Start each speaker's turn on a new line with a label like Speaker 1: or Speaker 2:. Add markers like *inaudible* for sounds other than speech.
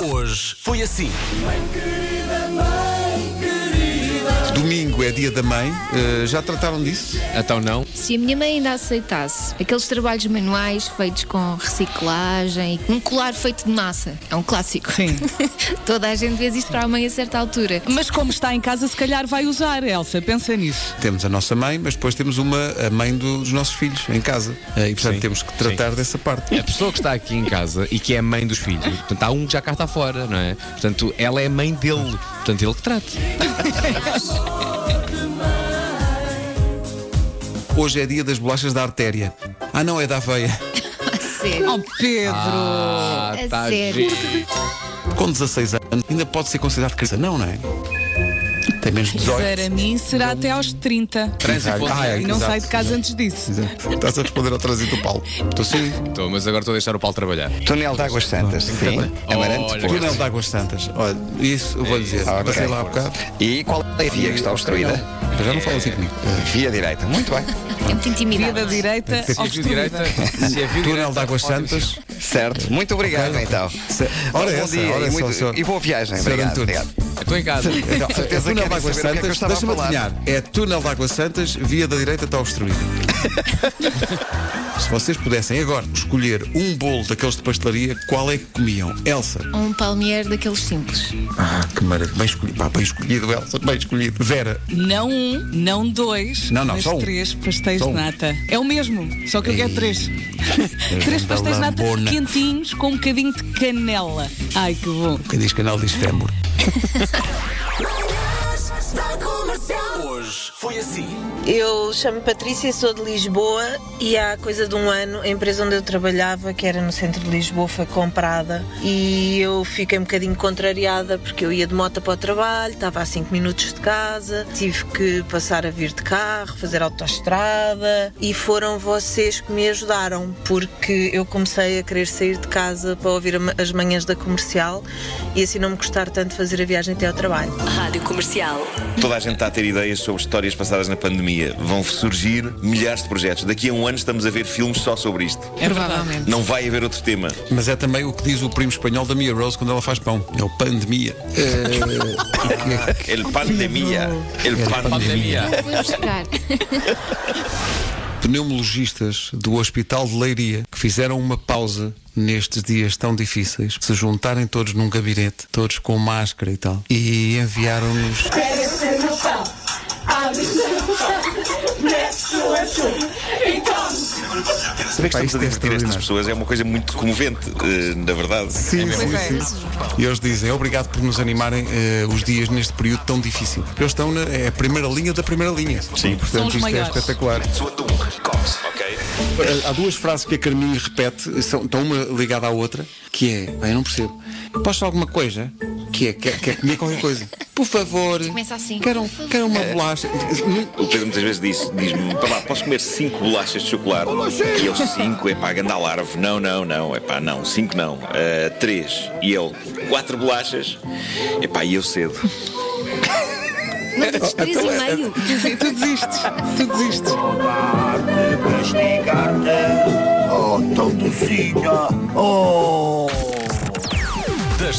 Speaker 1: Hoje foi assim.
Speaker 2: Domingo é dia da mãe. Eh, já trataram disso?
Speaker 1: Então não.
Speaker 3: Se a minha mãe ainda aceitasse aqueles trabalhos manuais feitos com reciclagem, um colar feito de massa, é um clássico. *laughs*
Speaker 4: Sim.
Speaker 3: Toda a gente fez isto para a mãe a certa altura.
Speaker 4: *laughs* Mas como está em casa, se calhar vai usar, Elsa, pensa nisso.
Speaker 2: Temos a nossa mãe, mas depois temos uma a mãe do- dos nossos filhos em casa. Eh, e portanto
Speaker 1: Sim,
Speaker 2: temos que tratar dessa parte.
Speaker 1: A pessoa que está aqui em casa e que é mãe dos filhos, portanto, há um que já cá está fora, não é? Portanto, ela é mãe dele. Portanto, ele que trate.
Speaker 2: Hoje é dia das bolachas da artéria. Ah, não, é da aveia.
Speaker 3: A sério.
Speaker 4: Oh, Pedro!
Speaker 1: Ah,
Speaker 3: A
Speaker 1: tá
Speaker 3: sério?
Speaker 1: giro.
Speaker 2: Com 16 anos, ainda pode ser considerado criança. Não, não é? Tem menos de 18.
Speaker 4: Para mim será até aos 30.
Speaker 1: Trânsito.
Speaker 2: Ah, é.
Speaker 4: E não
Speaker 2: Exato,
Speaker 4: saio de casa antes disso.
Speaker 2: Exato. Estás a responder ao trânsito, Paulo. Estou sim.
Speaker 1: Estou, Então, mas agora estou a deixar o Paulo trabalhar.
Speaker 5: Túnel de Águas Santas, sim. Amarante
Speaker 1: Olha.
Speaker 5: Porto.
Speaker 2: Túnel de Águas Santas. Olha, isso eu vou lhe dizer.
Speaker 5: Ah, ok.
Speaker 2: Passei lá há bocado.
Speaker 5: E qual é a via que está obstruída?
Speaker 2: Já não fala assim comigo.
Speaker 5: Via direita. Muito bem.
Speaker 3: É muito
Speaker 4: Via da
Speaker 3: intimidado.
Speaker 4: direita,
Speaker 1: Se é via direita,
Speaker 4: obstruída.
Speaker 1: se é via
Speaker 2: Túnel de
Speaker 1: direita,
Speaker 2: Águas
Speaker 1: ótimo.
Speaker 2: Santas.
Speaker 5: Certo. Muito obrigado, então.
Speaker 2: Se- Ora
Speaker 5: bom
Speaker 2: essa,
Speaker 5: dia
Speaker 2: ora
Speaker 5: e,
Speaker 2: essa,
Speaker 5: muito-
Speaker 2: senhor-
Speaker 5: e boa viagem.
Speaker 2: senhor
Speaker 5: Obrigado.
Speaker 2: Antunes.
Speaker 5: obrigado.
Speaker 1: Estou em *laughs* casa.
Speaker 2: Então,
Speaker 5: certeza
Speaker 2: túnel
Speaker 5: querem
Speaker 2: de Águas
Speaker 5: saber o que é que eu
Speaker 2: Santas,
Speaker 5: estava a
Speaker 2: deixa-me
Speaker 5: falar.
Speaker 2: adivinhar, é túnel de Águas Santas, via da direita está
Speaker 5: *laughs*
Speaker 2: obstruída. Se vocês pudessem agora escolher um bolo daqueles de pastelaria, qual é que comiam? Elsa.
Speaker 3: Um palmier daqueles simples.
Speaker 2: Ah, que maravilha. Bem escolhido, pá, bem escolhido, Elsa, bem escolhido. Vera.
Speaker 4: Não um, não dois,
Speaker 2: Não, não,
Speaker 4: mas
Speaker 2: só um.
Speaker 4: três pastéis
Speaker 2: Só um.
Speaker 4: de nata. É o mesmo, só que eu
Speaker 2: *laughs*
Speaker 4: quero três. três
Speaker 2: grande
Speaker 4: pastéis de nata
Speaker 2: lambona.
Speaker 4: quentinhos com um bocadinho de canela. Ai, que bom.
Speaker 2: Quem diz canal diz fémur.
Speaker 6: Eu chamo Patrícia, sou de Lisboa e há coisa de um ano a empresa onde eu trabalhava, que era no centro de Lisboa, foi comprada e eu fiquei um bocadinho contrariada porque eu ia de moto para o trabalho, estava a 5 minutos de casa, tive que passar a vir de carro, fazer autoestrada e foram vocês que me ajudaram porque eu comecei a querer sair de casa para ouvir a ma- as manhãs da comercial e assim não me custar tanto fazer a viagem até ao trabalho.
Speaker 7: Rádio Comercial.
Speaker 8: Toda a gente está a ter ideias sobre histórias passadas na pandemia. Vão surgir milhares de projetos. Daqui a um ano estamos a ver filmes só sobre isto.
Speaker 4: É
Speaker 3: Provavelmente.
Speaker 8: Não vai haver outro tema.
Speaker 2: Mas é também o que diz o primo espanhol da Mia Rose quando ela faz pão. É o pandemia. Eh,
Speaker 8: El pandemia. El pandemia.
Speaker 1: Pandemia.
Speaker 3: Vou buscar.
Speaker 2: pneumologistas do Hospital de Leiria que fizeram uma pausa nestes dias tão difíceis, se juntarem todos num gabinete, todos com máscara e tal, e enviaram-nos
Speaker 8: Saber que
Speaker 2: Pá,
Speaker 8: estamos
Speaker 2: isto
Speaker 8: a
Speaker 2: é
Speaker 8: divertir estas
Speaker 2: extraordinário.
Speaker 8: pessoas é uma coisa muito comovente, eh, na verdade.
Speaker 4: É
Speaker 2: Sim, sim, sim. E eles dizem obrigado por nos animarem eh, os dias neste período tão difícil. Eles estão na é a primeira linha da primeira linha.
Speaker 8: Sim.
Speaker 2: Portanto,
Speaker 4: São os
Speaker 2: isto
Speaker 4: maiores.
Speaker 2: é espetacular.
Speaker 8: Ok?
Speaker 2: Há duas frases que a Carminho repete, são, estão uma ligada à outra, que é, bem, eu não percebo. Posso alguma coisa? Que é, quer, quer comer qualquer
Speaker 4: *laughs*
Speaker 2: coisa. Por favor.
Speaker 3: Começa assim.
Speaker 2: Quero, um, quero uma bolacha.
Speaker 8: O Pedro muitas vezes diz- diz-me: "Pá lá, posso comer cinco bolachas de chocolate? E eu, cinco, é pá, ganda larve. Não, não, não, é pá, não, cinco não. Ah, três. E eu, quatro bolachas. É pá, e eu cedo.
Speaker 3: Não dizes três e meio.
Speaker 4: E tu desistes, tu desistes.
Speaker 9: Das